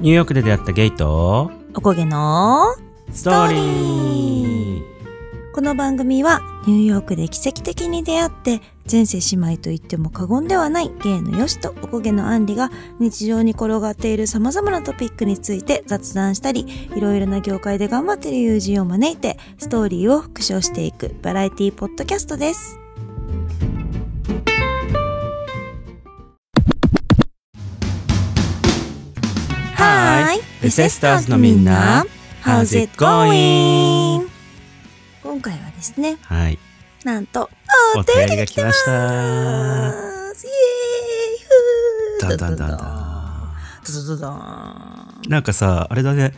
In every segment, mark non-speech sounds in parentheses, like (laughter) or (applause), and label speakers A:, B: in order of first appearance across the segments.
A: ニューヨークで出会ったゲイと
B: おこげの
A: ス
B: トーリーこの番組はニューヨークで奇跡的に出会って前世姉妹と言っても過言ではない芸のよしとおこげのあんりが日常に転がっている様々なトピックについて雑談したりいろいろな業界で頑張っている友人を招いてストーリーを復唱していくバラエティポッドキャストです。
A: はーい
B: ベセスターズのみんな How's it going? 今回はですね、
A: はい
B: なんと、
A: お便りが来ました
B: あーイエーイ
A: だん
B: ふー
A: だんだんだ
B: ドドドドーン
A: んなんかさあれだね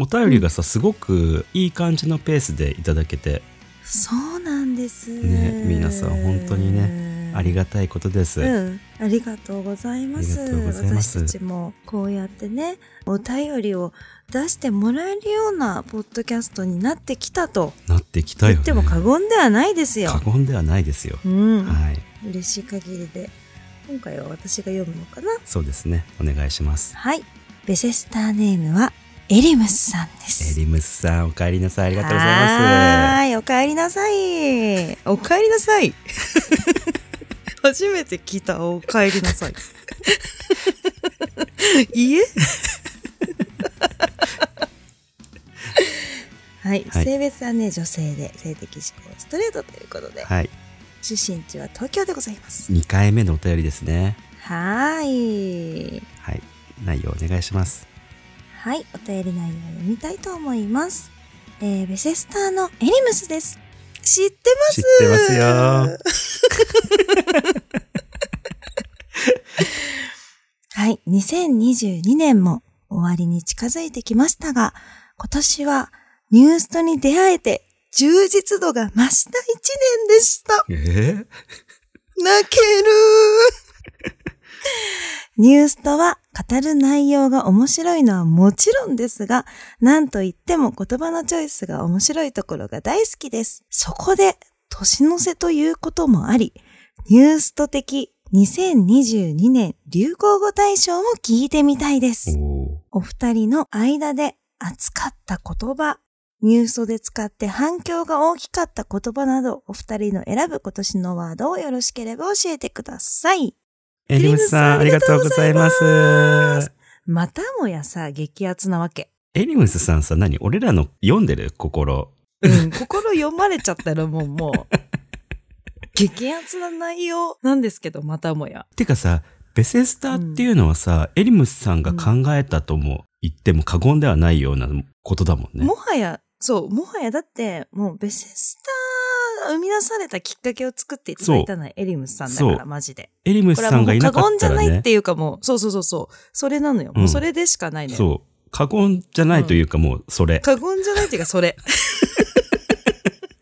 A: お便りがさすごくいい感じのペースでいただけて
B: そうなんです。
A: ね皆さん本当にねありがたいことです、
B: うん、ありがとうございます
A: ありがとうございます
B: 私たちもこうやってねお便りを出してもらえるようなポッドキャストになってきたと
A: なってきたよ、
B: 言
A: ね、
B: っても過言ではないですよ。
A: 過言ではないですよ、
B: うん、
A: はい
B: 嬉しい限りで今回は私が読むのかな
A: そうですねお願いします
B: はいベセスターネームはエリムスさんです
A: エリムスさんお帰りなさいあり
B: あ
A: がとうございます
B: はいおかえりなさいおかえりなさい (laughs) 初めて聞いたおかえりなさい (laughs) いいえ (laughs) はい、
A: はい
B: 性別はね女性で性的指向はストレートということで、
A: はい
B: 出身地は東京でございます
A: 2回目のお便りですね
B: はーい
A: はい内容お願いします
B: はい、お便り内容を読みたいと思います。えー、ベセスターのエリムスです。知ってま
A: 知っ
B: す
A: てますよ。
B: はい、2022年も終わりに近づいてきましたが、今年はニューストに出会えて充実度が増した一年でした。
A: えー
B: 泣ける (laughs) ニュースとは語る内容が面白いのはもちろんですが、なんといっても言葉のチョイスが面白いところが大好きです。そこで、年の瀬ということもあり、ニュースと的2022年流行語大賞も聞いてみたいです。
A: お
B: お二人の間で扱った言葉、ニュースで使って反響が大きかった言葉など、お二人の選ぶ今年のワードをよろしければ教えてください。
A: エリムスさん、ありがとうございます。
B: またもやさ、激アツなわ (laughs) け。
A: エリムスさんさ、何俺らの読んでる心。
B: うん、心読まれちゃったらもう、も (laughs) う。激アツな内容なんですけど、またもや。
A: てかさ、ベセスタっていうのはさ、エリムスさんが考えたとも言っても過言ではないようなことだもんね。
B: もはや、そう、もはやだって、もうベセスターが生み出されたきっかけを作っていただいたのはエリムスさんだか
A: そ
B: ら、
A: う
B: マジで。
A: エリムス
B: これ
A: さ
B: は
A: ん
B: も
A: が
B: う
A: いな
B: 過
A: かっ
B: 言じ
A: た
B: ゃ
A: ら
B: ないっ
A: ね
B: て。いうかもう、そうそうそうそう。それなのよ。
A: うん
B: もうそれでしかないのよ。
A: そう。過言じゃないというかもうそれ。
B: 過言じゃないっていうか、それ。 (laughs)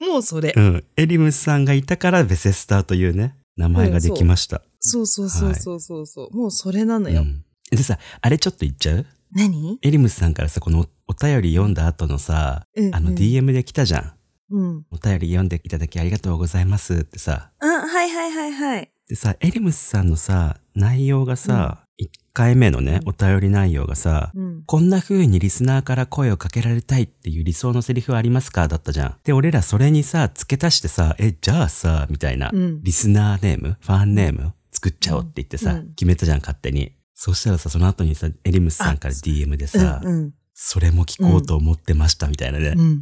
B: もうそれ
A: う。ん。エリムスさんがいたからベセスタというね、名前ができました。
B: そうそうそうそうそうそう、もうそれなの
A: う
B: よ。
A: ん。でさ、あれちょっと言っちゃう
B: 何
A: エリムスさんからさ、このお便り読んだ後のさ、
B: うん
A: あの
B: うん
A: DM で来たじゃん。
B: うん。
A: お便り読んでいただきありがとうございますってさ。
B: あ、はいはいはいはい。
A: でさ、エリムスさんのさ、内容がさ、1回目のね、
B: うん
A: お便り内容がさ、
B: うん。
A: こんな風にリスナーから声をかけられたいっていう理想のセリフはありますかだったじゃん。で、俺らそれにさ、付け足してさ、え、じゃあさ、みたいな、
B: うん
A: リスナーネーム、ファンネーム作っちゃおうって言ってさ、
B: うん
A: 決めたじゃん、勝手に。そしたらさ、その後にさ、エリムスさんから
B: あ
A: DM でさ、
B: うん
A: それも聞こうと思ってました、みたいなね。
B: うん。うん。う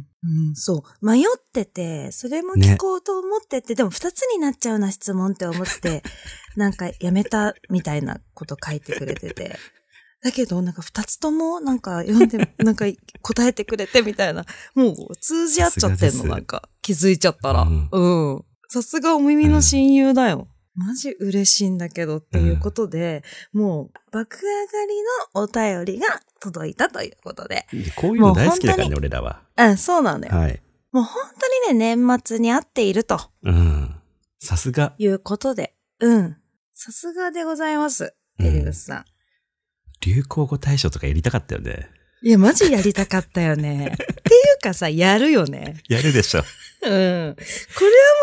B: ん、そう。迷ってて、それも聞こうと思ってて、でも二つになっちゃうな質問って思 (laughs) って、なんかやめたみたいなこと書いてくれてて。 (laughs) だけど、なんか二つとも、なんか読んで、なんか答えてくれてみたいな。もう通じ合っちゃって
A: さすがで
B: んの、
A: す
B: なんか。気づいちゃったら。
A: うん
B: うん。さすがお耳の親友だよ。マジ嬉しいんだけどっていうことで、もう爆上がりのお便りが届いたということで。
A: こういうの大好きだからね、
B: も
A: 俺らは。
B: うん、そうなんだよ。
A: はい。
B: もう本当にね、年末に合っていると
A: うん。さすが。
B: いうことで。うん。さすがでございます。
A: うん
B: エリブスさん。
A: 流行語大賞とかやりたかったよね。
B: いや、マジやりたかったよ
A: (laughs)
B: ね。っていうかさ、やるよね。
A: やるで
B: (laughs)
A: しょ。
B: うん。これはも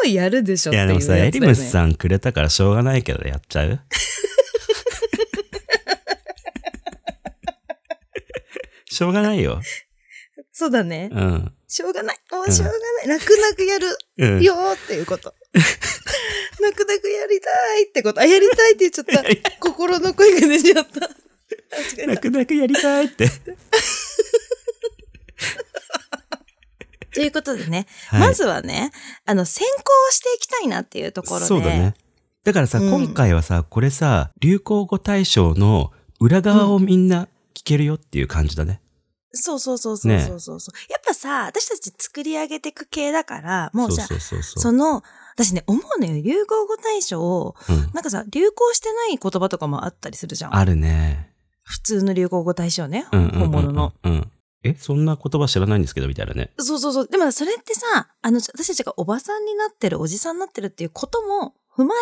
B: うやるでしょっ
A: い
B: ていう
A: や、
B: や
A: でも
B: つだよ、ね。
A: さ、エリムスさんくれたからしょうがないけど、やっちゃう (laughs) しょうがないよ。
B: そうだね。
A: うん。
B: しょうがない。も
A: う
B: うんしょうがない。泣く泣くやる
A: うん。
B: よーっていうこと。 (laughs) 泣く泣くやりたいってこと。あ、やりたいって言っちゃった。心の声が出ちゃった。
A: (laughs)
B: 間違えた
A: 泣く泣くやりたい
B: (laughs)
A: って。
B: ということでね、
A: はい
B: まずはね、あの、先行していきたいなっていうところで。
A: そうだね。だからさ、
B: うん
A: 今回はさ、これさ、流行語大賞の裏側をみんな聞けるよっていう感じだね。
B: そうそうそうそうそうそうそう、やっぱさ、私たち作り上げていく系だから、もう
A: そ
B: さ、そう
A: そうそうそう。
B: の、私ね、思うのよ。流行語大賞を、
A: うん
B: なんかさ、流行してない言葉とかもあったりするじゃん。
A: あるね。
B: 普通の流行語大賞ね。
A: うんうんうんうん
B: 本物の。。
A: うん。え、そんな言葉知らないんですけど、みたいなね。
B: そうそうそう。でもそれってさ、あの、私たちがおばさんになってる、おじさんになってるっていうことも踏ま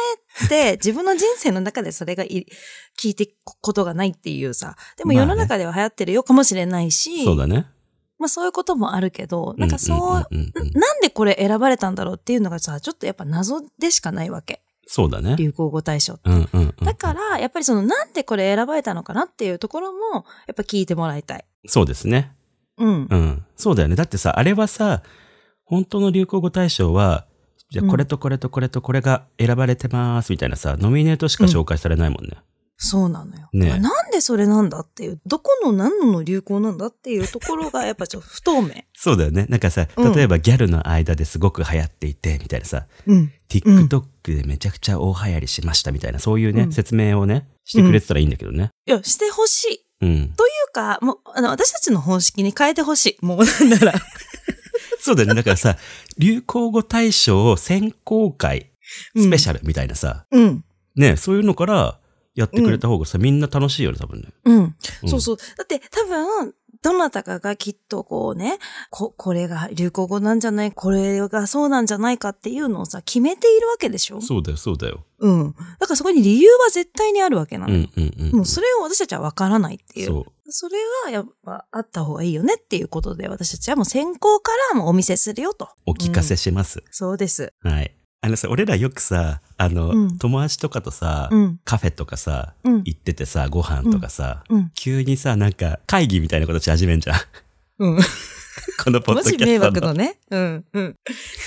B: えて、
A: (laughs)
B: 自分の人生の中でそれがい聞いていくことがないっていうさ、でも
A: まあ
B: 世
A: ね
B: の中では流行ってるよかもしれないし、
A: そうだね。
B: まあそういうこともあるけど、なんかそう、
A: んうんうんうん
B: ななんでこれ選ばれたんだろうっていうのがさ、ちょっとやっぱ謎でしかないわけ。
A: そうだね。
B: 流行語大賞って。
A: うんうんうんうん。
B: だから、やっぱりそのなんでこれ選ばれたのかなっていうところも、やっぱ聞いてもらいたい。
A: そうですね。
B: うん。
A: うん。そうだよね。だってさ、あれはさ、本当の流行語大賞は、じゃあ
B: うん
A: これとこれとこれとこれが選ばれてますみたいなさ、ノミネートしか紹介されないもんね。
B: そうなのよ。
A: ねえ
B: なんでそれなんだっていう、どこの何の流行なんだっていうところがやっぱちょっと不透明。
A: そうだよね。なんかさ、
B: うん
A: 例えばギャルの間ですごく流行っていて、みたいなさ、
B: うん。
A: TikTok でめちゃくちゃ大流行りしましたみたいな、そういうね、
B: うん
A: 説明をね、してくれてたらいいんだけどね。
B: いや、してほしい。
A: うん。
B: というか、もう、あの、私たちの方式に変えてほしい。もう、なんなら。
A: そうだよね。だから
B: (laughs)
A: さ、流行語大賞選考会スペシャルみたいなさ、
B: うん。
A: ね、そういうのからやってくれた方がさ、みんな楽しいよね、多分ね。
B: うん。
A: うん
B: そうそう。だって、多分、どなたかがきっとこうね、こ、これが流行語なんじゃない、これがそうなんじゃないかっていうのをさ、決めているわけでしょ
A: そうだよ、そうだよ。
B: うん。だからそこに理由は絶対にあるわけな
A: う
B: の。
A: んうんうん。
B: もうそれを私たちはわからないっていう。
A: そう。
B: それはやっぱあった方がいいよねっていうことで、私たちはもう先行からもうお見せするよと。
A: お聞かせします。
B: そうです。
A: はい。あのさ、俺らよくさ、あの、
B: うん
A: 友達とかとさ、
B: うん。
A: カフェとかさ、
B: うん。
A: 行っててさ、ご飯とかさ、
B: うん。
A: 急にさ、なんか会議みたいなことし始めんじゃ (laughs) ん。
B: うん。
A: このポッ
B: マ
A: ドキ
B: ジ
A: ャ
B: 迷
A: スト
B: 惑
A: の。
B: のね。うん。うん。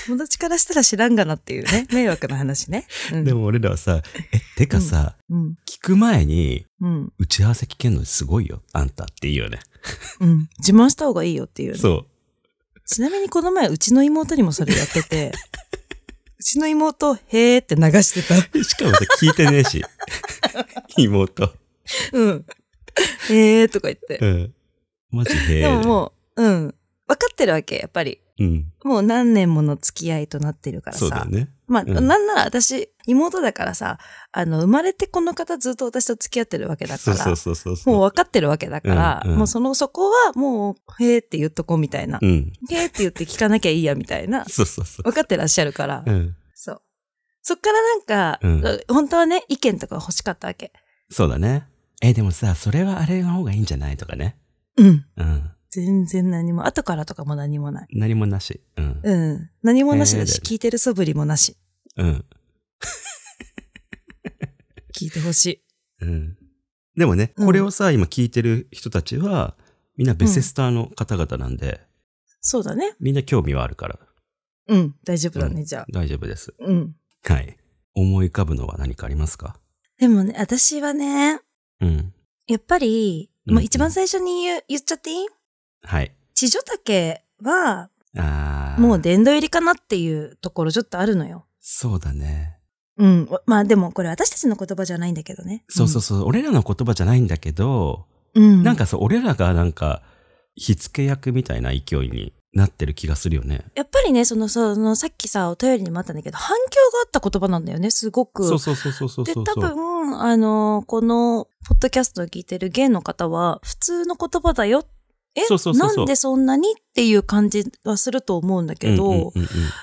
B: 友達からしたら知らんがなっていうね。迷惑な話ね。うん。
A: でも俺らはさ、え、てかさ、
B: うん。
A: 聞く前に
B: うん。
A: 打ち合わせ聞けんのすごいよ、あんたっていうよね。
B: うん。自慢した方がいいよっていうね、
A: そう。
B: ちなみにこの前、うちの妹にもそれやっ
A: (laughs)
B: てて、うちの妹、へーって流してた。
A: (laughs) しかもさ、聞いてねえし。 (laughs) 妹。
B: うん。へーとか言って。
A: うん。マジへえ。
B: でももう、うん。分かってるわけ、やっぱり。
A: う。ん。
B: もう何年もの付き合いとなってるから
A: そうだよ
B: さ。
A: ね。
B: まあ、
A: うん
B: なんなら私、妹だからさ、あの、生まれてこの方ずっと私と付き合ってるわけだか
A: そう
B: ら、
A: そうそうそうそう。
B: もう分かってるわけだから、
A: うんうん
B: もうその、そこはもう、へーって言っとこうみたいな。
A: うん。
B: へーって言って聞かなきゃいいやみたいな。
A: そうそうそう。
B: 分かってらっしゃるから。
A: うん。
B: そう。そっからなんか、
A: うん
B: 本当はね、意見とか欲しかったわけ。
A: そうだね。え、でもさ、それはあれの方がいいんじゃないとかね。
B: うん。
A: うん。
B: 全然何も、後からとかも何もない。
A: 何もなし。うん。
B: うん。何もなし
A: へ
B: だ
A: ー
B: し、
A: だよ
B: 聞いてる素振りもなし。
A: うん。
B: 聞いてほしい。
A: うん。でもね、
B: うん
A: これをさ、今聞いてる人たちは、みんなベセスターの方々なんで、
B: そうだね。
A: みんな興味はあるから、
B: うん。大丈夫だね、じゃあ。
A: 大丈夫です。
B: うん。
A: はい。思い浮かぶのは何かありますか
B: でもね、私はね、
A: うん。
B: やっぱり、
A: うん
B: もう一番最初に言う言っちゃっていい
A: はい。
B: 地女丈は、
A: あー
B: もう殿堂入りかなっていうところちょっとあるのよ。
A: そうだね。
B: うん。わまあでもこれ私たちの言葉じゃないんだけどね。
A: そうそうそう。俺らの言葉じゃないんだけど、
B: うん。うん。
A: なんかさ、俺らがなんか、火付け役みたいな勢いになってる気がするよね。
B: やっぱりね、その、その、さっきさ、お便りにもあったんだけど、反響があった言葉なんだよね、すごく。
A: そうそうそうそうそうそう。
B: で、多分、あの、この、ポッドキャストを聞いてるゲイの方は、普通の言葉だよ。え
A: そうそうそうそう
B: なんでそんなにっていう感じはすると思うんだけど、
A: うんうんうんうん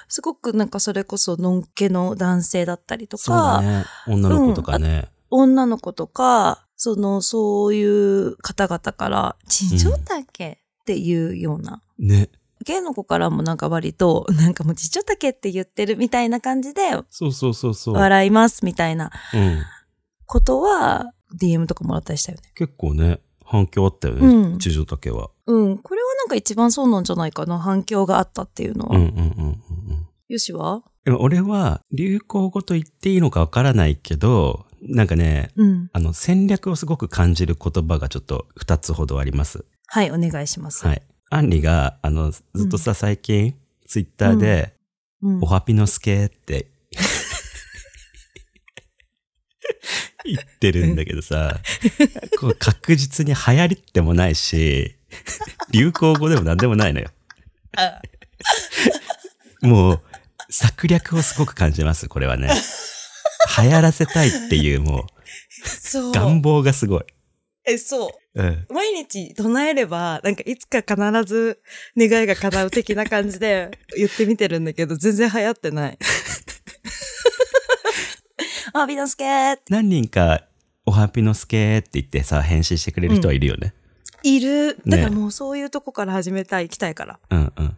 B: すごくなんかそれこそ、のんけの男性だったりと
A: そうだ
B: か、
A: ね。女の子とかね。
B: 女の子とか、その、そういう方々から、地上だけっていうような、
A: ね。
B: ゲイの子からもなんか割と、 (laughs) なんかもうちっちょたけって言ってるみたいな感じで、
A: そうそうそうそう。
B: 笑いますみたいな
A: うん。
B: ことは、DM とかもらったりしたよね。
A: 結構ね、反響あったよ
B: う
A: ね。
B: ん
A: 地上丈は。
B: うん。これはなんか一番そうなんじゃないかな。反響があったっていうの
A: うん
B: は。
A: うんうんうんうん。
B: よしは
A: でも俺は流行語と言っていいのかわからないけど、なんかね、
B: うん。
A: あの戦略をすごく感じる言葉がちょっと2つほどあります。
B: はい、お願いします。。
A: はいい。アンリが、あの、ずっとさ、最近、ツイッターで、
B: うん
A: お、はぴのすけって、言ってるんだけどさ、こう確実に流行りってもないし、流行語でも何でもないのよ。
B: あ
A: もう、策略をすごく感じます、これはね。流行らせたいっていう、も、
B: そうう。
A: 願望がすごい。
B: え、そう。
A: うん。
B: 毎日唱えれば、なんかいつか必ず願いが叶う的な感じで (laughs) 言ってみてるんだけど、全然流行ってない。 (laughs) あ、ビノスケー
A: 何人か、おはぴのすけって言ってさ、返信してくれる人はいるよね。
B: いる。
A: ね
B: だからもうそういうとこから始めたい、行きたいから。
A: うんうん。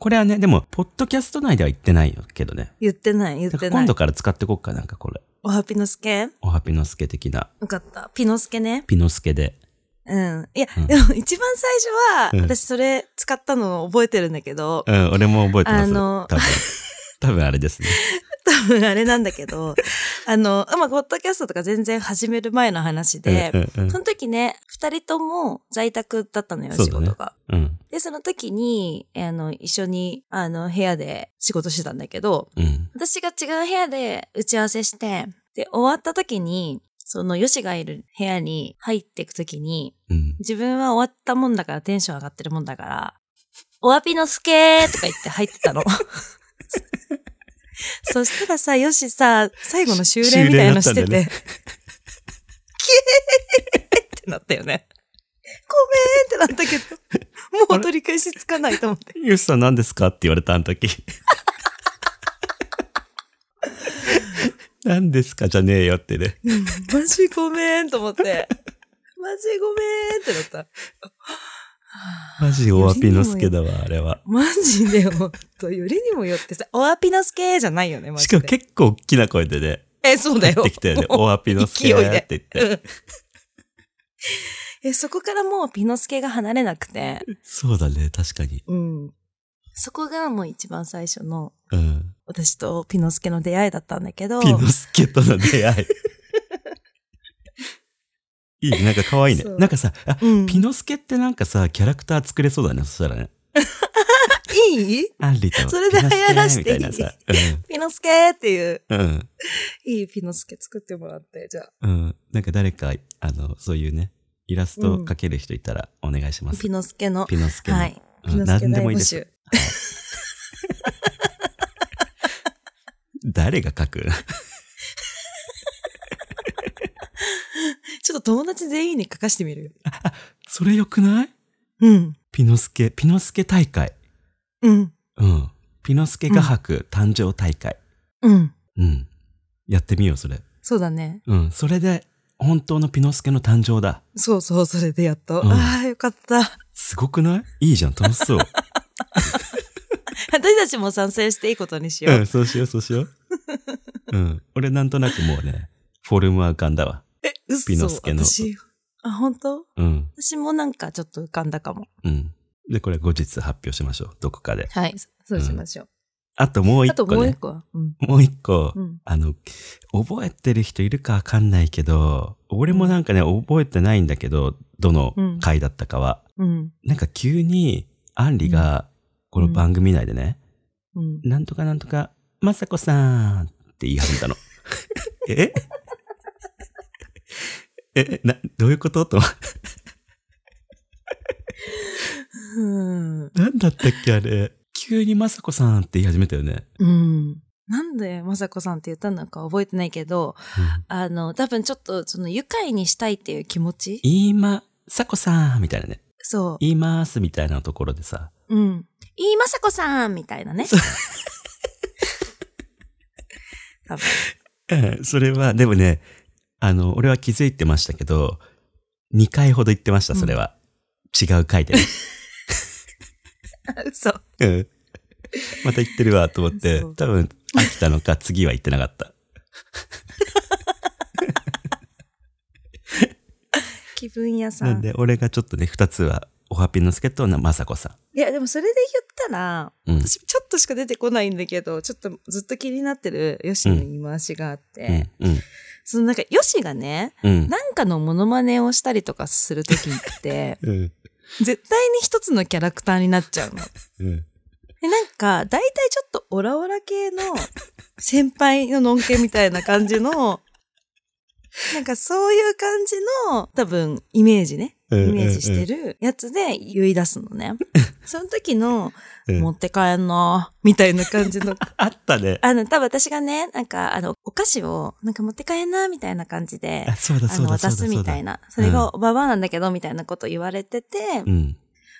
A: これはね、でも、ポッドキャスト内では言ってないよけどね。
B: 言ってない、言っ
A: だか
B: て
A: ら
B: な
A: 今
B: い
A: 度。から使ってこっか、なんかこれ。
B: おはピノスケ
A: おはぴのすけ的な、
B: よかった。ピノスケね。
A: ピノスケで。
B: うん。いや、
A: うん
B: でも一番最初は、
A: うん
B: 私それ使ったのを覚えてるんだけど、
A: うん、俺も覚えてます。
B: あの
A: 多分。 (laughs) 多分あれですね。
B: 多分あれなんだけど、 (laughs) あの、まあ、ポッドキャストとか全然始める前の話で、
A: うんうん
B: その時ね、二人とも在宅だったのよ、
A: そう
B: 仕
A: だね
B: 事が。
A: うん。うん。
B: で、その時に、あの、一緒に、あの、部屋で仕事してたんだけど、
A: うん。
B: 私が違う部屋で打ち合わせして、で、終わった時に、その、ヨシがいる部屋に入っていく時に、
A: うん。
B: 自分は終わったもんだからテンション上がってるもんだから、おわびのすけーとか言って入ってたの。そしたらさ、よしさ、最後の修練みたいのしてて、
A: 修練だったんだよね
B: キエーってなったよね。ごめんってなったけど、もう取り返しつかないと思って。
A: ユースさん何ですかって言われたあの (laughs) 時。何ですかじゃねえよってね。
B: (laughs) マジごめんと思って。マジごめんってなった。
A: マジおわぴのすけだわ、あれは。
B: マジでほんと、よりにもよってさ、おわぴのすけーじゃないよね、マジ
A: し
B: で。
A: かも結構大きな声でね、
B: え、そうだ
A: 入っ
B: よ。
A: てきたよね。おわぴのすけって言って。
B: うんえ、そこからもうピノスケが離れなくて、
A: そうだね、確かに。
B: うん。そこがもう一番最初の
A: うん。
B: 私とピノスケの出会いだったんだけど、
A: ピノスケとの出会い。い (laughs) いね、なんか可愛いね
B: そ。う
A: なんかさ、あ、
B: うん、
A: ピノスケってなんかさ、キャラクター作れそうだね、そしたらね。
B: いい
A: アンリと。
B: それで流行らしていい
A: ピノスケみたいなさ。
B: ピノスケっていう、
A: うん。うん。
B: いいピノスケ作ってもらって、じゃあ。
A: うん。なんか誰か、あの、そういうね、イラスト描ける人いたらお願いします。
B: ピノスケの。
A: ピノスケの。
B: はい。
A: う
B: ピ
A: ん
B: ノスケ
A: 何で
B: 大
A: もいい
B: 募
A: です。
B: 集。
A: 誰が描く (laughs)
B: ちょっと友達全員に書かしてみる。
A: それ良くない
B: うん。
A: ピノスケ、ピノスケ大会。
B: うん。
A: うん。ピノスケ画伯誕生大会。
B: うん。
A: うん。やってみよう、それ。
B: そうだね。
A: うん。それで、本当のピノスケの誕生だ。
B: そうそう、それでやっと。
A: うん
B: ああ、よかった。
A: すごくないいいじゃん、楽しそう。
B: 私たちも賛成していいことにし (laughs) よう。
A: うん、そうしよう、そう (laughs) しよう。うん。俺なんとなくもうね、フォルムは浮かんだわ。
B: え、嘘
A: ピノスケの
B: 私、あ、本当
A: うん。
B: 私もなんかちょっと浮かんだかも。
A: うん。で、これ後日発表しましょう。どこかで。
B: はい。そうしましょう。
A: あともう一
B: あと
A: 個
B: もう一
A: ね。
B: 個は。うん。
A: もう一個。
B: うん。
A: あの、覚えてる人いるかわかんないけど、俺もなんかね、覚えてないんだけど、どの
B: うん
A: 回だったかは。
B: うん。
A: なんか急に、アンリが、この番組内でね、
B: うん。
A: なんとかなんとか、まさこさんって言い始めた (laughs) の。え (laughs) え、な、どういうことと。
B: うん。
A: なんだったっけあれ。急にまさこさんって言い始めたよね。
B: うん。なんで、まさこさんって言ったのか覚えてないけど、あの、多分ちょっと、その、愉快にしたいっていう気持ち
A: 今、さこさんみたいなね。
B: そ
A: 言いますみたいなところでさ。
B: う。うん。いいまさこさんみたいなね。多分。
A: うんそれは、でもね、あの、俺は気づいてましたけど、2回ほど言ってました、それは。違う回でね。
B: あ嘘。
A: うん (laughs) また言ってるわと思って
B: そう、
A: 多分飽きたのか、次は言ってなかった。
B: 気分屋さ
A: なん
B: ん。
A: で、俺がちょっとね、二つはおはぴのすけとなまさこさ
B: いや、でもそれで言ったら、
A: ん。うん。
B: 私ちょっとしか出てこないんだけど、ちょっとずっと気になってるヨシの言い回しがあって、
A: うん。
B: そのなんかヨシがね、
A: うん。
B: なんかのモノマネをしたりとかするときっ
A: (laughs)
B: て、
A: うん。
B: 絶対に一つのキャラクターになっちゃうの。
A: うん。
B: でなんか、大体ちょっとオラオラ系
A: (laughs)
B: の先輩ののんけみたいな感じの、なんかそういう感じの多分イメージね。イ
A: うん
B: メージしてるやつで言い出すのね。その時の、
A: うん
B: 持って帰んな、みたいな感じの。
A: あったね。
B: あの、多分私がね、なんか、あの、お菓子を、なんか持って帰んな、みたいな感じで
A: あ、、そうだ
B: あ
A: そう
B: の、
A: だそうだ。
B: 渡すみたい
A: な。
B: な。それがおばばあなんだけど、みたいなこと言われてて
A: う、ん。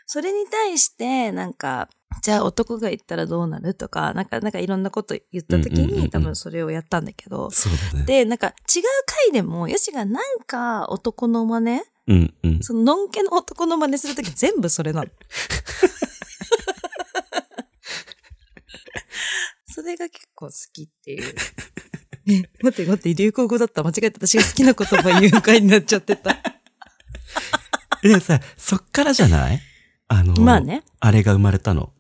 B: それに対して、なんか、じゃあ男が言ったらどうなるとか、なんか、なんかいろんなこと言った時
A: うんうんうんうん
B: に、多分それをやったんだけど。
A: そうだね。
B: で、なんか違う回でも、ヨシがなんか男の真似
A: うんうん。
B: その、のんけの男の真似するとき全部それなの。 (laughs) それが結構好きって
A: (laughs)
B: いう。ね、待って待って、流行語だった。間違えた。私が好きな言葉言う回になっちゃってた。
A: でもさ、そっからじゃないあの、
B: まあね。
A: あれが生まれたの。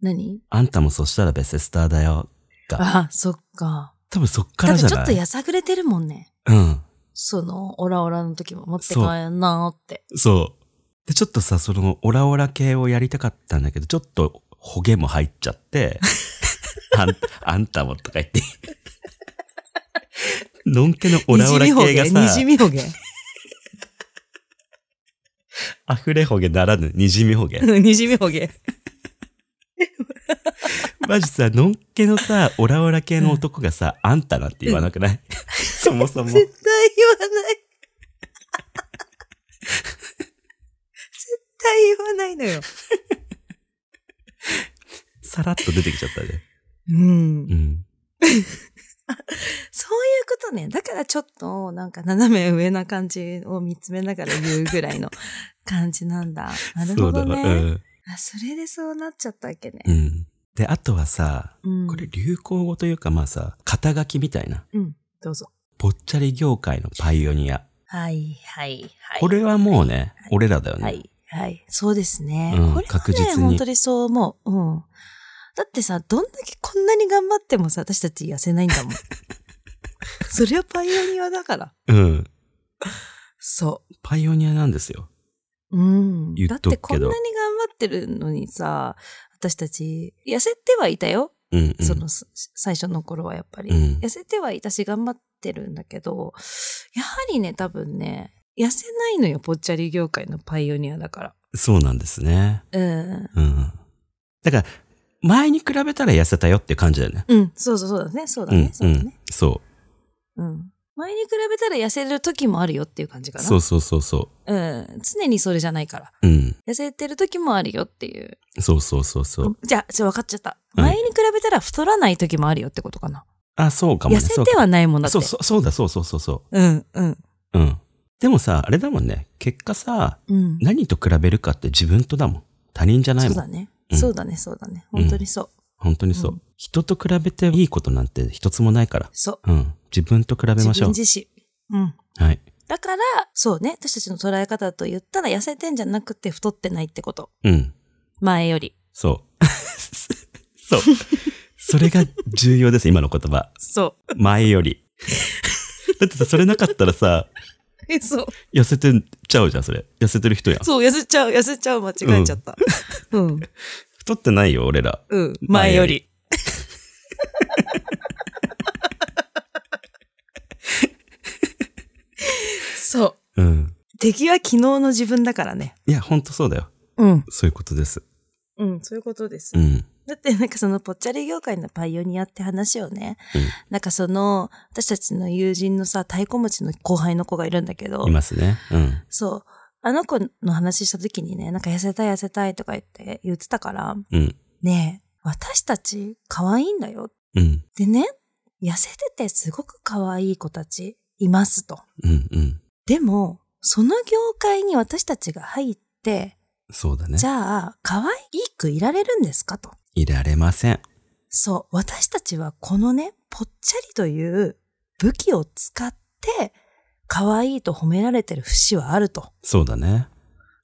B: 何
A: あんたもそしたらベセスターだよ。
B: あそっか。
A: 多分そっか
B: 多
A: ら
B: 分
A: じゃ
B: ちょ
A: な
B: っ
A: い
B: とやさぐれてるもんね。
A: うん。
B: その、オラオラの時も持って帰んなーって。
A: そう。で、ちょっとさ、その、オラオラ系をやりたかったんだけど、ちょっと、ホゲも入っちゃって、
B: (laughs)
A: あん、あんたもとか言って。 (laughs) のんけのオラオラ系が
B: に
A: さ
B: じ、みほげ、
A: (laughs) 溢れホゲならぬ、にじみホゲ。
B: にじみほげ。
A: マジさ、のんけのさ、オラオラ系の男がさ、あんたなんて言わなくないそもそも。
B: 絶対言わ
A: (laughs)
B: ない。絶対言わないのよ。
A: さらっと出てきちゃったね。
B: うん
A: う。ん。
B: そういうことね。だからちょっと、なんか斜め上な感じを見つめながら言うぐら
A: (laughs)
B: いの感じなんだ。なるほどね。
A: そうだわうん。
B: あそれでそうなっちゃったわけね。
A: うん。で、あとはさ、
B: うん。
A: これ流行語というかまあさ、肩書きみたいな。
B: うん。どうぞ。
A: ぽっちゃり業界のパイオニア。
B: はい、はい、はい。
A: これはもうね、俺らだよね。
B: はい、はい。そうですね。
A: うん
B: これはね、
A: 確実に
B: 本当にそう思う。うん。だってさ、どんだけこんなに頑張ってもさ、私たち痩せないんだも
A: (laughs)
B: ん。それはパイオニアだから。
A: うん。
B: そ
A: パイオニアなんですよ。
B: う。うん。
A: 言
B: だ
A: っ
B: っ
A: とくけど
B: てこんなに頑張ってるのにさ、私たち、痩せてはいたよ。
A: うん、うん。
B: その、す最初の頃はやっぱり。
A: うん
B: 痩せてはいたし、頑張ってるんだけど、やはりね、多分ね、痩せないのよ、ぽっちゃり業界のパイオニアだから。
A: そうなんですね。
B: うん。
A: うん。だから、前に比べたら痩せたよって感じだよね。
B: うん、そうそうそうだね。そうだね。
A: う
B: そ
A: ん、
B: う
A: う
B: だね
A: ん。。そ
B: うん。前に比べたら痩せる時もあるよっていう感じか
A: う。
B: な。
A: そうそうそうそ
B: うん。常にそれじゃないから。
A: う。うん。
B: 痩せてる時もあるよっていう。
A: そうそうそうそう。
B: じゃあ、じゃあ分かっちゃった。
A: うん
B: 前に比べたら太らない時もあるよってことかな。
A: あ、そうかもね。
B: 痩せてはないもんだっ
A: そ
B: て。
A: うかそうそう、そうだ、そうそうそうそ
B: うん、うん。
A: う。うん。でもさ、あれだもんね。結果さ、
B: うん。
A: 何と比べるかって自分とだもん。他人じゃない
B: そう
A: もん。
B: だね。
A: うん
B: そうだね、そうだね。本当にそう。
A: 本当にそう、
B: うん
A: 人と比べていいことなんて一つもないから。
B: そう。
A: うん。自分と比べまし
B: 自
A: ょ
B: 分
A: う。
B: 自身。うん。
A: はい。
B: だから、そうね。私たちの捉え方と言ったら痩せてんじゃなくて太ってないってこと。
A: うん。
B: 前より。 (laughs)
A: そう。そう。それが重要です、今の言葉。
B: そ
A: 前より。だってさ、それなかったらさ、
B: う。 (laughs) え、そう。
A: 痩せてちゃうじゃん、それ。痩せてる人やん。
B: そう、痩せちゃう、痩せちゃう、間違えちゃった。うん。
A: 太ってないよ、俺ら。
B: うん、 (laughs) 前より。そう。
A: うん。
B: 敵は昨日の自分だからね。
A: いや、ほんとそうだよ。
B: うん。
A: そういうことです。
B: うん、そういうことです。
A: うん。
B: だってなんかそのぽっちゃり業界のパイオニアって話をね、
A: うん
B: なんかその私たちの友人のさ、太鼓持ちの後輩の子がいるんだけど
A: い、ますね。うん。
B: そう。あの子の話した時にね、なんか痩せたい痩せたいとか言って言ってたから、
A: うん。
B: ねえ、私たち可愛いんだよ
A: うん。
B: でね、痩せててすごく可愛い子たちいますと。
A: うん。うん。
B: でも、その業界に私たちが入って、
A: そうだね
B: じ。ゃあ、可愛いくいられるんですかと。
A: いられません。
B: そう、私たちはこのね、ぽっちゃりという武器を使って、可愛いと褒められてる節はあると。
A: そうだね。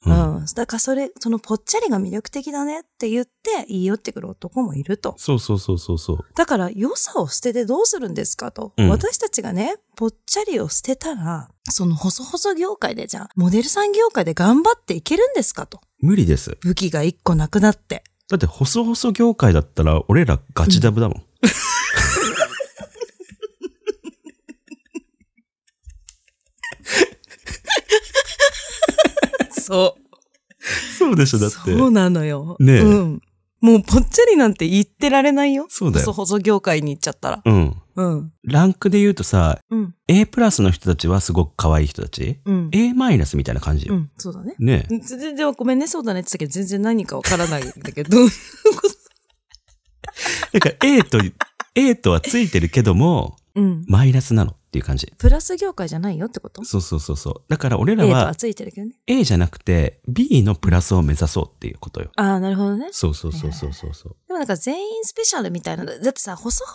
B: うん。だからそれ、そのぽっちゃりが魅力的だねって言って言い寄ってくる男もいると。
A: そうそうそうそうそう。
B: だから良さを捨ててどうするんですかと。
A: うん
B: 私たちがね、ぽっちゃりを捨てたら、その細々業界でじゃあ、モデルさん業界で頑張っていけるんですかと。
A: 無理です。
B: 武器が一個なくな
A: (laughs)
B: って。
A: だって、細々業界だったら、俺らガチダブだもん。
B: そう。
A: そうでしょ、だって。
B: そうなのよ。
A: ねえ
B: うん。もうぽっちゃりなんて言ってられないよ。
A: そうだよ
B: 細々業界に行っちゃったら。
A: うん。
B: うん。
A: ランクで言うとさ、
B: うん。
A: A プラスの人たちはすごく可愛い人たち。
B: うん。
A: A マイナスみたいな感じ
B: う
A: よ。
B: ん。そうだね。
A: ねえ。
B: 全然ごめんね、そうだねって言ったけど、全然何かわからないんだけど。
A: だから A と、A とはついてるけども、
B: うん。
A: マイナスなのっていう感じ。
B: プラス業界じゃないよってこと
A: そうそうそうそう。だから俺
B: A
A: ら
B: と
A: は
B: はついてるけどね。
A: A じゃなくて B のプラスを目指そうっていうことよ。
B: ああ、なるほどね。
A: そうそうそうそうそうそう。
B: でもなんか全員スペシャルみたいな。だってさ、細々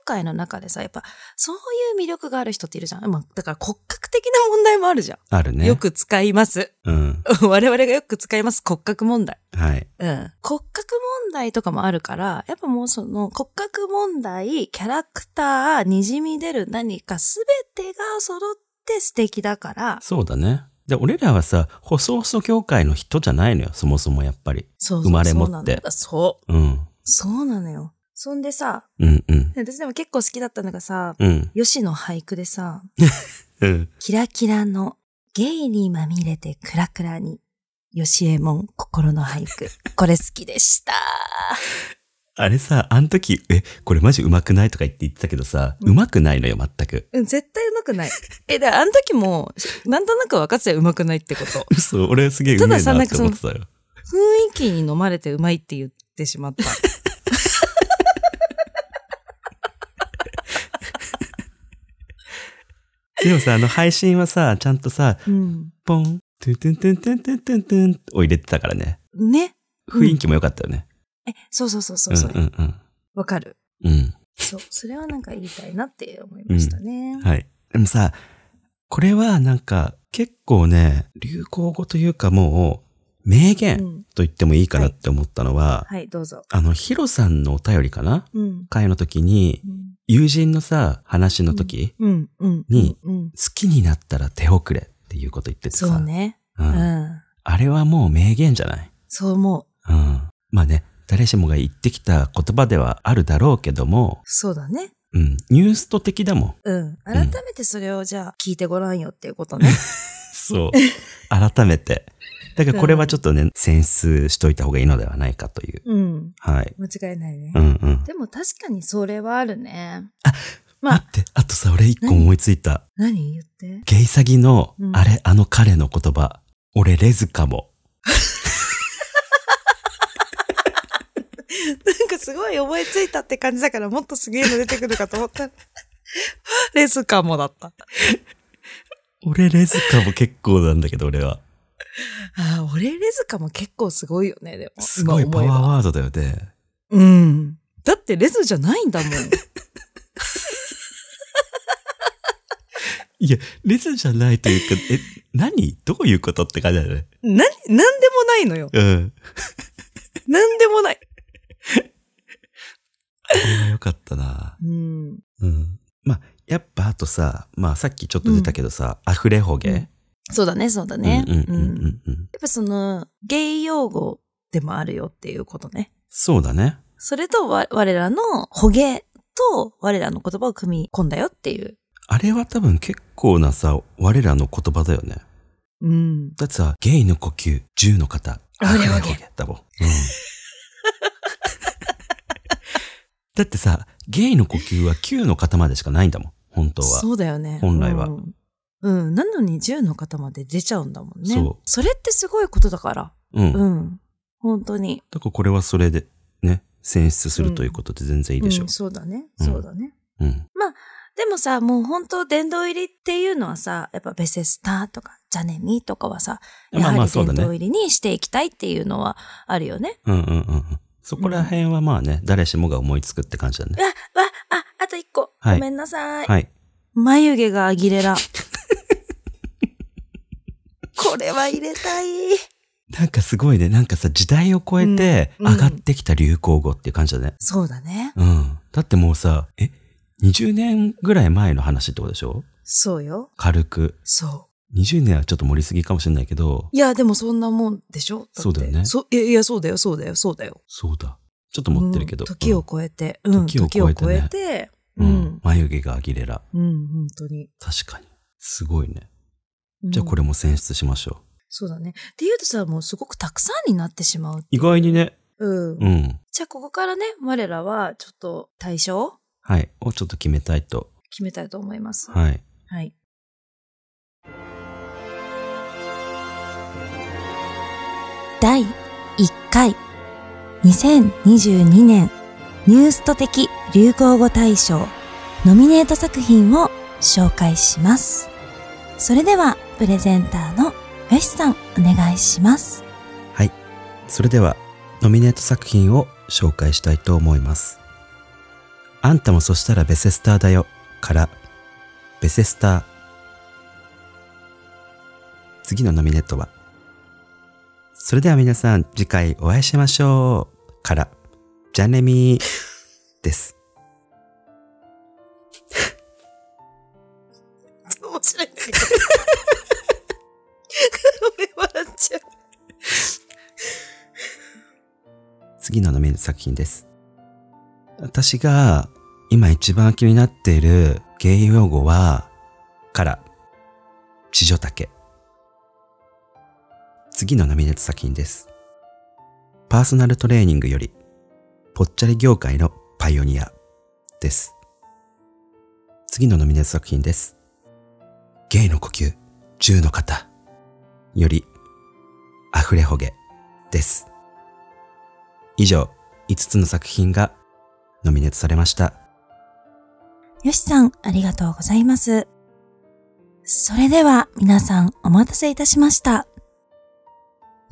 B: 業界の中でさ、やっぱ、そういう魅力がある人っているじゃん。まあ、だから骨格的な問題もあるじゃん。
A: あるね。
B: よ。く使います。 (laughs)
A: うん。
B: 我々がよく使います骨格問題。
A: はい。
B: うん。骨格問題とかもあるから、やっぱもうその骨格問題、キャラクター、滲み出る何かすべてが揃って素敵だから、
A: そうだね。で、俺らはさ、細々業界の人じゃないのよ。そもそもやっぱり。
B: そうそう
A: 生まれ持って
B: そうなんだそう。
A: うん。
B: そうなのよ。そんでさ、
A: うんうん。
B: 私でも結構好きだったのがさ、
A: うん。
B: 吉野俳句でさ、
A: うん。
B: キラキラのゲイにまみれてクラクラに、吉右衛門心の俳句。これ好きでした。
A: あれさ、あの時、え、これマジうまくないとか言って言ってたけどさ、
B: うん
A: うまくないのよ、全く。
B: うん、絶対上手くない。え、だからあの時も、なんとなく分かってたよ上手くないってこと。
A: 嘘、俺すげえうめえなって思ってたよ。
B: 雰囲気に飲まれてうまいって言ってしまった。
A: でもさ、あの配信はさ、ちゃんとさ、
B: うん。
A: ポン、トゥトゥントゥントゥントゥントゥントゥンを入れてたからね。
B: ね。うん
A: 雰囲気も良かったよね。
B: え、そうそうそうそうう。
A: ん
B: そうれ
A: んうん。
B: わかる。
A: うん。
B: そう。それはなんか言いたいなって思いましたね。
A: はい。でもさ、これはなんか結構ね、流行語というかもう名
B: う
A: 言
B: ん。
A: と言ってもいいかなって思ったのは、
B: はい、どうぞ。
A: あの、ヒロさんのお便りかな
B: うん。
A: 会の時に、友人のさ、話の時、
B: うん。うん。
A: に
B: うん。
A: 好きになったら手遅れっていうこと言っててさ、
B: そうね。
A: う
B: うんん。
A: あれはもう名言じゃない
B: そう思う。
A: うん。まあね、誰しもが言ってきた言葉ではあるだろうけども、
B: そうだね。
A: うん、ニュースト的だもん。
B: うん。改めてそれをじゃあ聞いてごらんよっていうこと (laughs) ね。
A: そう。改めて。だからこれはちょっとね、選出しといた方がいいのではないかという。
B: うん。
A: はい。
B: 間違いないね
A: う。んうん。
B: でも確かにそれはあるね。まあ
A: 待って、あとさ、俺一個思いついた。
B: 何言って
A: ゲイサギの
B: う、ん
A: あれ、あの彼の言葉。俺レズかも。
B: (laughs) なんかすごい思いついたって感じだからもっとすげえの出てくるかと思ったら。 (laughs) レスかもだった。
A: 俺レズかも結構なんだけど、俺は。
B: ああ、俺レズかも結構すごいよね、でも。
A: すごい
B: 今
A: パ
B: 思え
A: ワ
B: ば
A: ーワードだよね。
B: うん。だってレズじゃないんだ (laughs) もん。
A: いや、レズじゃないというか、え、何どういうことって感じだよね。
B: な、なんでもないのよ。
A: うん。
B: なんでもない。
A: これは良かったな。
B: うん。
A: うん。まあ、やっぱあとさ、まあさっきちょっと出たけどさ、アフレホゲ。
B: そうだね、そうだね。
A: うんうんうん
B: やっ
A: うんうん。
B: ぱその、ゲイ用語でもあるよっていうことね。
A: そうだね。
B: それと我我らの捕鯨と我らの言葉を組み込んだよっていう。
A: あれは多分結構なさ、我らの言葉だよね。
B: うん。
A: だってさ、ゲイの呼吸、銃の方。
B: あれは
A: あ
B: ゲイ
A: だもん。うん。 (laughs) だってさ、ゲイの呼吸は9の方までしかないんだもん。本当は。
B: そうだよね。
A: 本来は
B: うん。うんなのに銃の方まで出ちゃうんだもんね。
A: そう
B: それってすごいことだから。
A: うん。だ
B: う
A: か
B: ん。本当に。
A: らこれはそれで、ね、選出するということで全然いいでしょ
B: うん。そうだね。
A: うん
B: そうだね。
A: うん。
B: でもさ、もう本当殿堂入りっていうのはさ、やっぱベセスターとか、ジャネミーとかはさ、や
A: まあま
B: は
A: あ
B: り
A: そうだ
B: 殿
A: ね
B: 堂入りにしていきたいっていうのはあるよね。
A: うんうんうんうん。そこら辺はまあね、誰しもが思いつくって感じだね。
B: わ、あ、あと一個。
A: はい
B: ごめんなさい。
A: はい。
B: 眉
A: (laughs)
B: 毛がアギレラ。これは入れたい。
A: なんかすごいね。なんかさ、時代を超えて
B: うんうん
A: 上がってきた流行語っていう感じだね。
B: そうだね。
A: うん。だってもうさ、え ?20 年ぐらい前の話ってことでしょ
B: そうよ。
A: 軽く。
B: そ
A: 20年はちょっと盛りすぎかもしれないけど、
B: う。いや、でもそんなもんでしょって
A: そうだよね
B: そいや、いや、そうだよ、そうだよ、そうだよ。
A: そうだ。ちょっと持ってるけど。
B: うん時を超えて。うん、
A: 時を
B: 時
A: 超
B: を
A: えて
B: 超
A: ね
B: えて。
A: う、
B: うんん。
A: 眉毛がアギレラ。
B: うん、本当に。
A: 確かに。すごいね。
B: うん
A: じゃあこれも選出しましょう。
B: そうだね。っていうとさ、もうすごくたくさんになってしまう。
A: 意外にね。
B: うん。
A: うん。
B: じゃあここからね、我らはちょっと対象を
A: はい。をちょっと決めたいと。
B: 決めたいと思います。
A: はい。
B: はい。第1回2022年ニュースト的流行語大賞ノミネート作品を紹介します。それではプレゼンターのよしさんお願いします。
A: はい。それでは、ノミネート作品を紹介したいと思います。あんたもそしたらベセスターだよ、から、ベセスター。次のノミネートは、それでは皆さん、次回お会いしましょう、から、じゃねみー、です。
B: 面白い。 (laughs) 笑っちゃう。
A: 次のノミネート作品です。私が今一番気になっている芸用語は、から、地上竹。次のノミネート作品です。パーソナルトレーニングより、ぽっちゃり業界のパイオニアです。次のノミネート作品です。芸の呼吸、銃の型より、溢れほげです。以上、5つの作品がノミネートされました。
B: よしさん、ありがとうございます。それでは皆さんお待たせいたしました。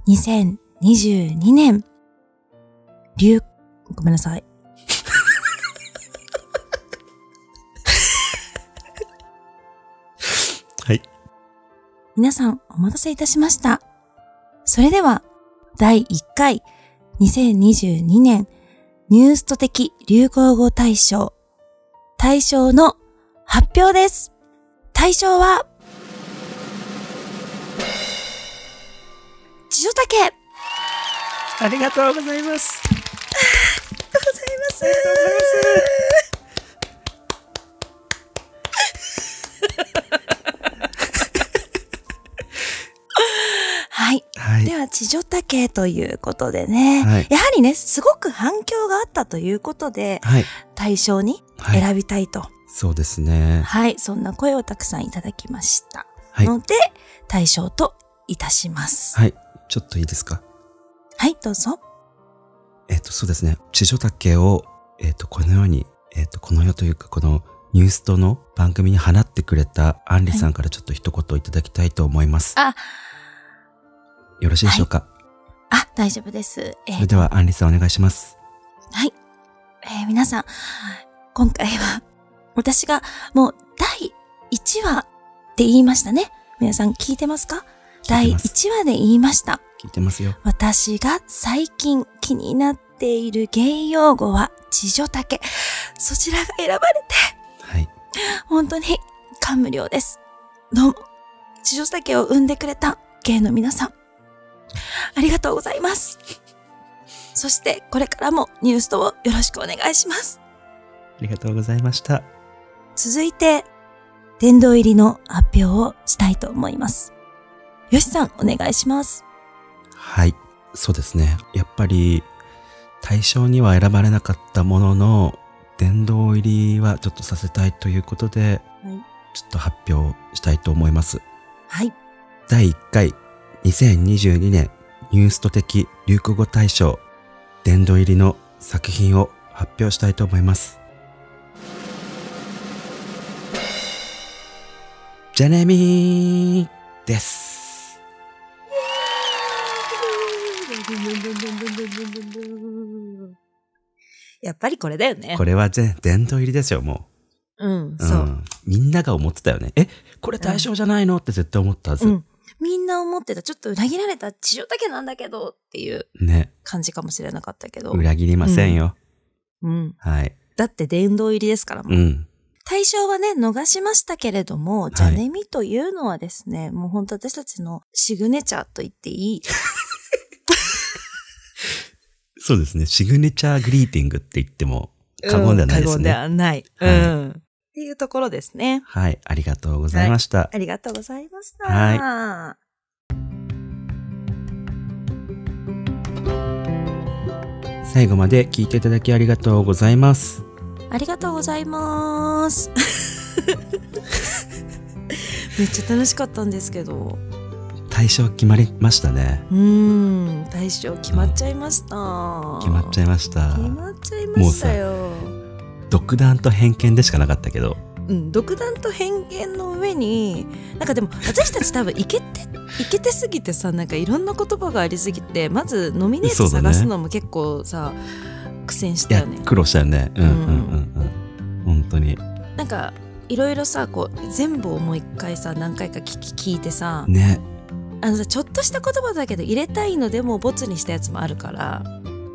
B: 2022年、流、ごめんなさい。
A: (laughs) はい。
B: 皆さんお待たせいたしました。それでは、第1回2022年ニュースト的流行語大賞、大賞の発表です。大賞は、千代竹
A: ありがとうございます。
B: ございます。はい。
A: はい。
B: では、地上竹ということでね、
A: はい
B: やはりね、すごく反響があったということで、
A: はい。
B: 対象に
A: はい
B: 選びたいと、はい、
A: そうですね。
B: そんな声をたくさんいただきました。
A: はい
B: ので、対象といたします。
A: はい。ちょっといいですか
B: はい、どうぞ。
A: えっ、と、そうですね。地上竹を、えっ、と、このように、えっ、と、この世というか、このニュースとの番組に放ってくれたアンリさんからちょっと一言いただきたいと思います。
B: あ、
A: よろしいでしょうか、
B: あ、大丈夫です。え
A: それでは、アンリさんお願いします。
B: えー皆さん、今回は、私がもう第1話で言いましたね。皆さん聞いてますか
A: 聞い
B: 第
A: てます
B: 1話で言いました。
A: 聞いてますよ。
B: 私が最近気になっている芸用語は、地女竹。そちらが選ばれて、
A: はい。
B: 本当に感無量です。どうも、地女竹を生んでくれた芸の皆さん、ありがとうございます。そして、これからもニュースとをよろしくお願いします。
A: ありがとうございました。
B: 続いて、殿堂入りの発表をしたいと思います。よしさん、お願いします。
A: はい、そうですね。やっぱり、対象には選ばれなかったものの、殿堂入りはちょっとさせたいということで、
B: はい
A: ちょっと発表したいと思います。
B: はい。
A: 第1回2022年ニュースト的流行語大賞、殿堂入りの作品を発表したいと思います。ジャネミーです。
B: やっぱりこれだよね
A: こ。れは全殿堂入りですよ、も
B: うん、
A: う。
B: そう。
A: んみんなが思ってたよね。え、これ対象じゃないのって絶対思ったはず。
B: うん。みんな思ってた、ちょっと裏切られた千代竹なんだけどっていう
A: ね。
B: 感じかもしれなかったけど。
A: 裏切りませんよ。
B: うん。
A: はい。
B: だって殿堂入りですからもう
A: うん。
B: 対象はね、逃しましたけれども、
A: い
B: ジャネミというのはですね、もう本当私たちのシグネチャーと言っていい。
A: そうですね。シグネチャーグリーティングって言っても過言ではないですね。
B: うん過言ではない。
A: はい
B: うん。っていうところですね。
A: はい。ありがとうございました。
B: ありがとうございました。
A: は最後まで聞いていただきありがとうございます。
B: ありがとうございます。 (laughs) めっちゃ楽しかったんですけど。
A: 対象決まりましたね。
B: うん、大賞決まっちゃいました。
A: 決まっちゃいました。
B: 決まっちゃいましたよ。
A: 独断と偏見でしかなかったけど。
B: うん、独断と偏見の上になんかでも私たち多分いけていけてすぎてさなんかいろんな言葉がありすぎてまずノミネー
A: そ
B: ト
A: うだね
B: 探すのも結構さ、苦戦し
A: い
B: た
A: や
B: よね、。
A: 苦労したよね。うんうんうんうん。本当に。
B: なんかいろいろさこう全部をもう一回さ何回か聞き聞いてさ
A: ね。
B: あのさちょっとした言葉だけど入れたいのでもボツにしたやつもあるから、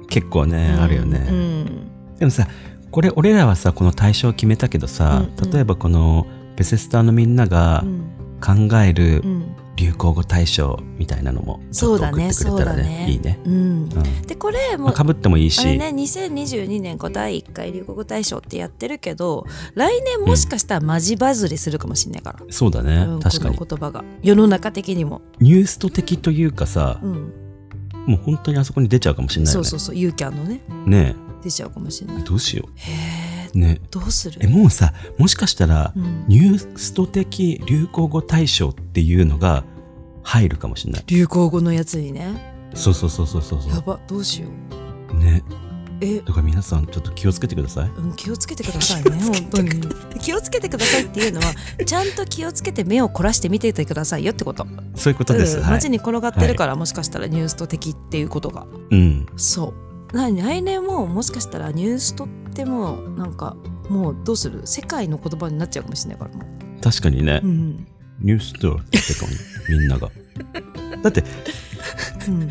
A: 結構ね、
B: うん
A: あるよ
B: う
A: ね。
B: ん
A: でもさ、これ俺らはさ、この対象決めたけどさ、
B: うんうん
A: 例えばこのベセスターのみんなが
B: うん
A: 考える
B: うん
A: 流行語大賞みたいなのも、ちょっと送ってくれたら
B: そうだねそうだね
A: ね、いいね。
B: うん
A: うん
B: でこれも
A: まあ、かぶってもいい
B: あれ
A: し、
B: ね2022年こう第1回流行語大賞ってやってるけど来年もしかしたらマジバズりするかもしんないから、
A: そうだね、
B: うん
A: 確かに
B: この言葉が世の中的にも、
A: ニュースト的というかさ、
B: うん
A: もう本当にあそこに出ちゃうかもしれない
B: そ
A: よ
B: う
A: ね
B: そうそうユーキャンのね
A: ね
B: 出ちゃうかもしれな
A: え
B: い
A: どうしよ
B: へえ
A: うね
B: どうする
A: えもうさもしかしたら、
B: うん
A: ニュースト的流行語大賞っていうのが入るかもしれない
B: 流行語のやつにね
A: そうそうそうそうそう
B: や
A: そ
B: ばどうしよう
A: うね
B: え
A: だから皆さんちょっと気をつけてください
B: うん、気をつけてください
A: (laughs)
B: ね本当に気をつけてくださいっていうのはちゃんと気をつけて目を凝らして見ていてくださいよってこと
A: そういうことです、
B: うん
A: はい
B: 街に転がってるから、もしかしたらニュースト的っていうことが
A: うん
B: そうな来年ももしかしたらニュースとってもなんかもうどうする世界の言葉になっちゃうかもしれないからも
A: 確かにね、
B: う、うん
A: ニューストってかも (laughs) みんながだって
B: うん、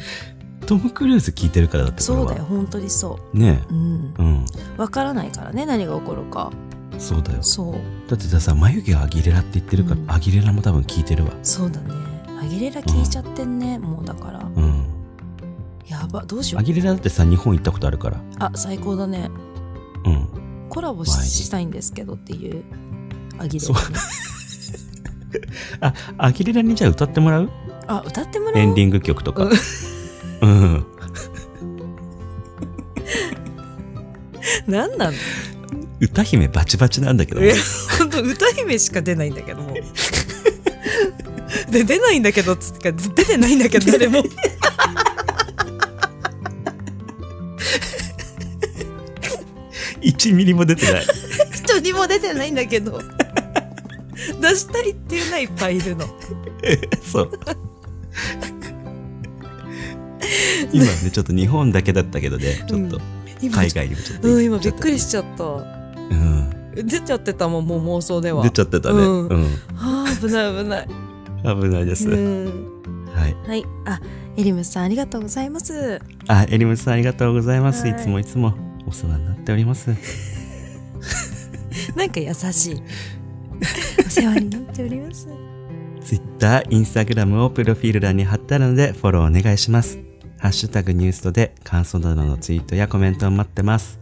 A: トム・クルーズ聞いてるからだってこれ
B: そ
A: は
B: うだよ本当にそ
A: ね
B: う、うん
A: え、うん
B: わからないからね何が起こるか
A: そうだよ
B: そう
A: だってさ眉毛はアギレラって言ってるから、
B: うん
A: アギレラも多分聞いてるわ
B: そうだねアギレラ聞いちゃってんね、もうだから
A: うん
B: やばどうしよ
A: ア
B: う
A: ギレラだってさ日本行ったことあるから
B: あ最高だね
A: うん
B: コラボ
A: マジ
B: ししたいんですけどっていうアギレラね、
A: あアギレラにじゃあ歌ってもらう
B: あ歌ってもらおう
A: エンディング曲とか
B: う
A: うん
B: 何なの
A: 歌姫バチバチなんだけど
B: いや本当歌姫しか出ないんだけど (laughs) もうで出ないんだけどつってか出てないんだけど誰も
A: 1ミリも出てない
B: 一人も出てないんだけど出したいっていうのはいっぱいいるの
A: (laughs) そう今ねちょっと日本だけだったけどねちょっと
B: 今
A: 海外にもちょっと
B: う
A: 行
B: ん
A: ちゃた
B: 今
A: ね
B: びっくりしちゃった
A: うん
B: 出ちゃってたもんもう妄想では
A: 出ちゃってたね
B: うん
A: うん
B: あー危ない危 (laughs) ない、
A: 危ないです
B: うん、
A: はい
B: はいあエリムさんありがとうございます
A: あ、エリムさんありがとうございます。
B: はい
A: いつもいつもお世話になっております。
B: なんか優し (laughs) いお世話になっております
A: Twitter、Instagram をプロフィール欄に貼ってあるのでフォローお願いします。ハッシュタグニュースとで感想などのツイートやコメントを待ってます。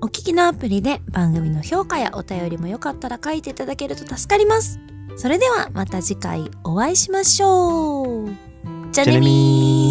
B: お聞きのアプリで番組の評価やお便りもよかったら書いていただけると助かります。それではまた次回お会いしましょう。じゃねみー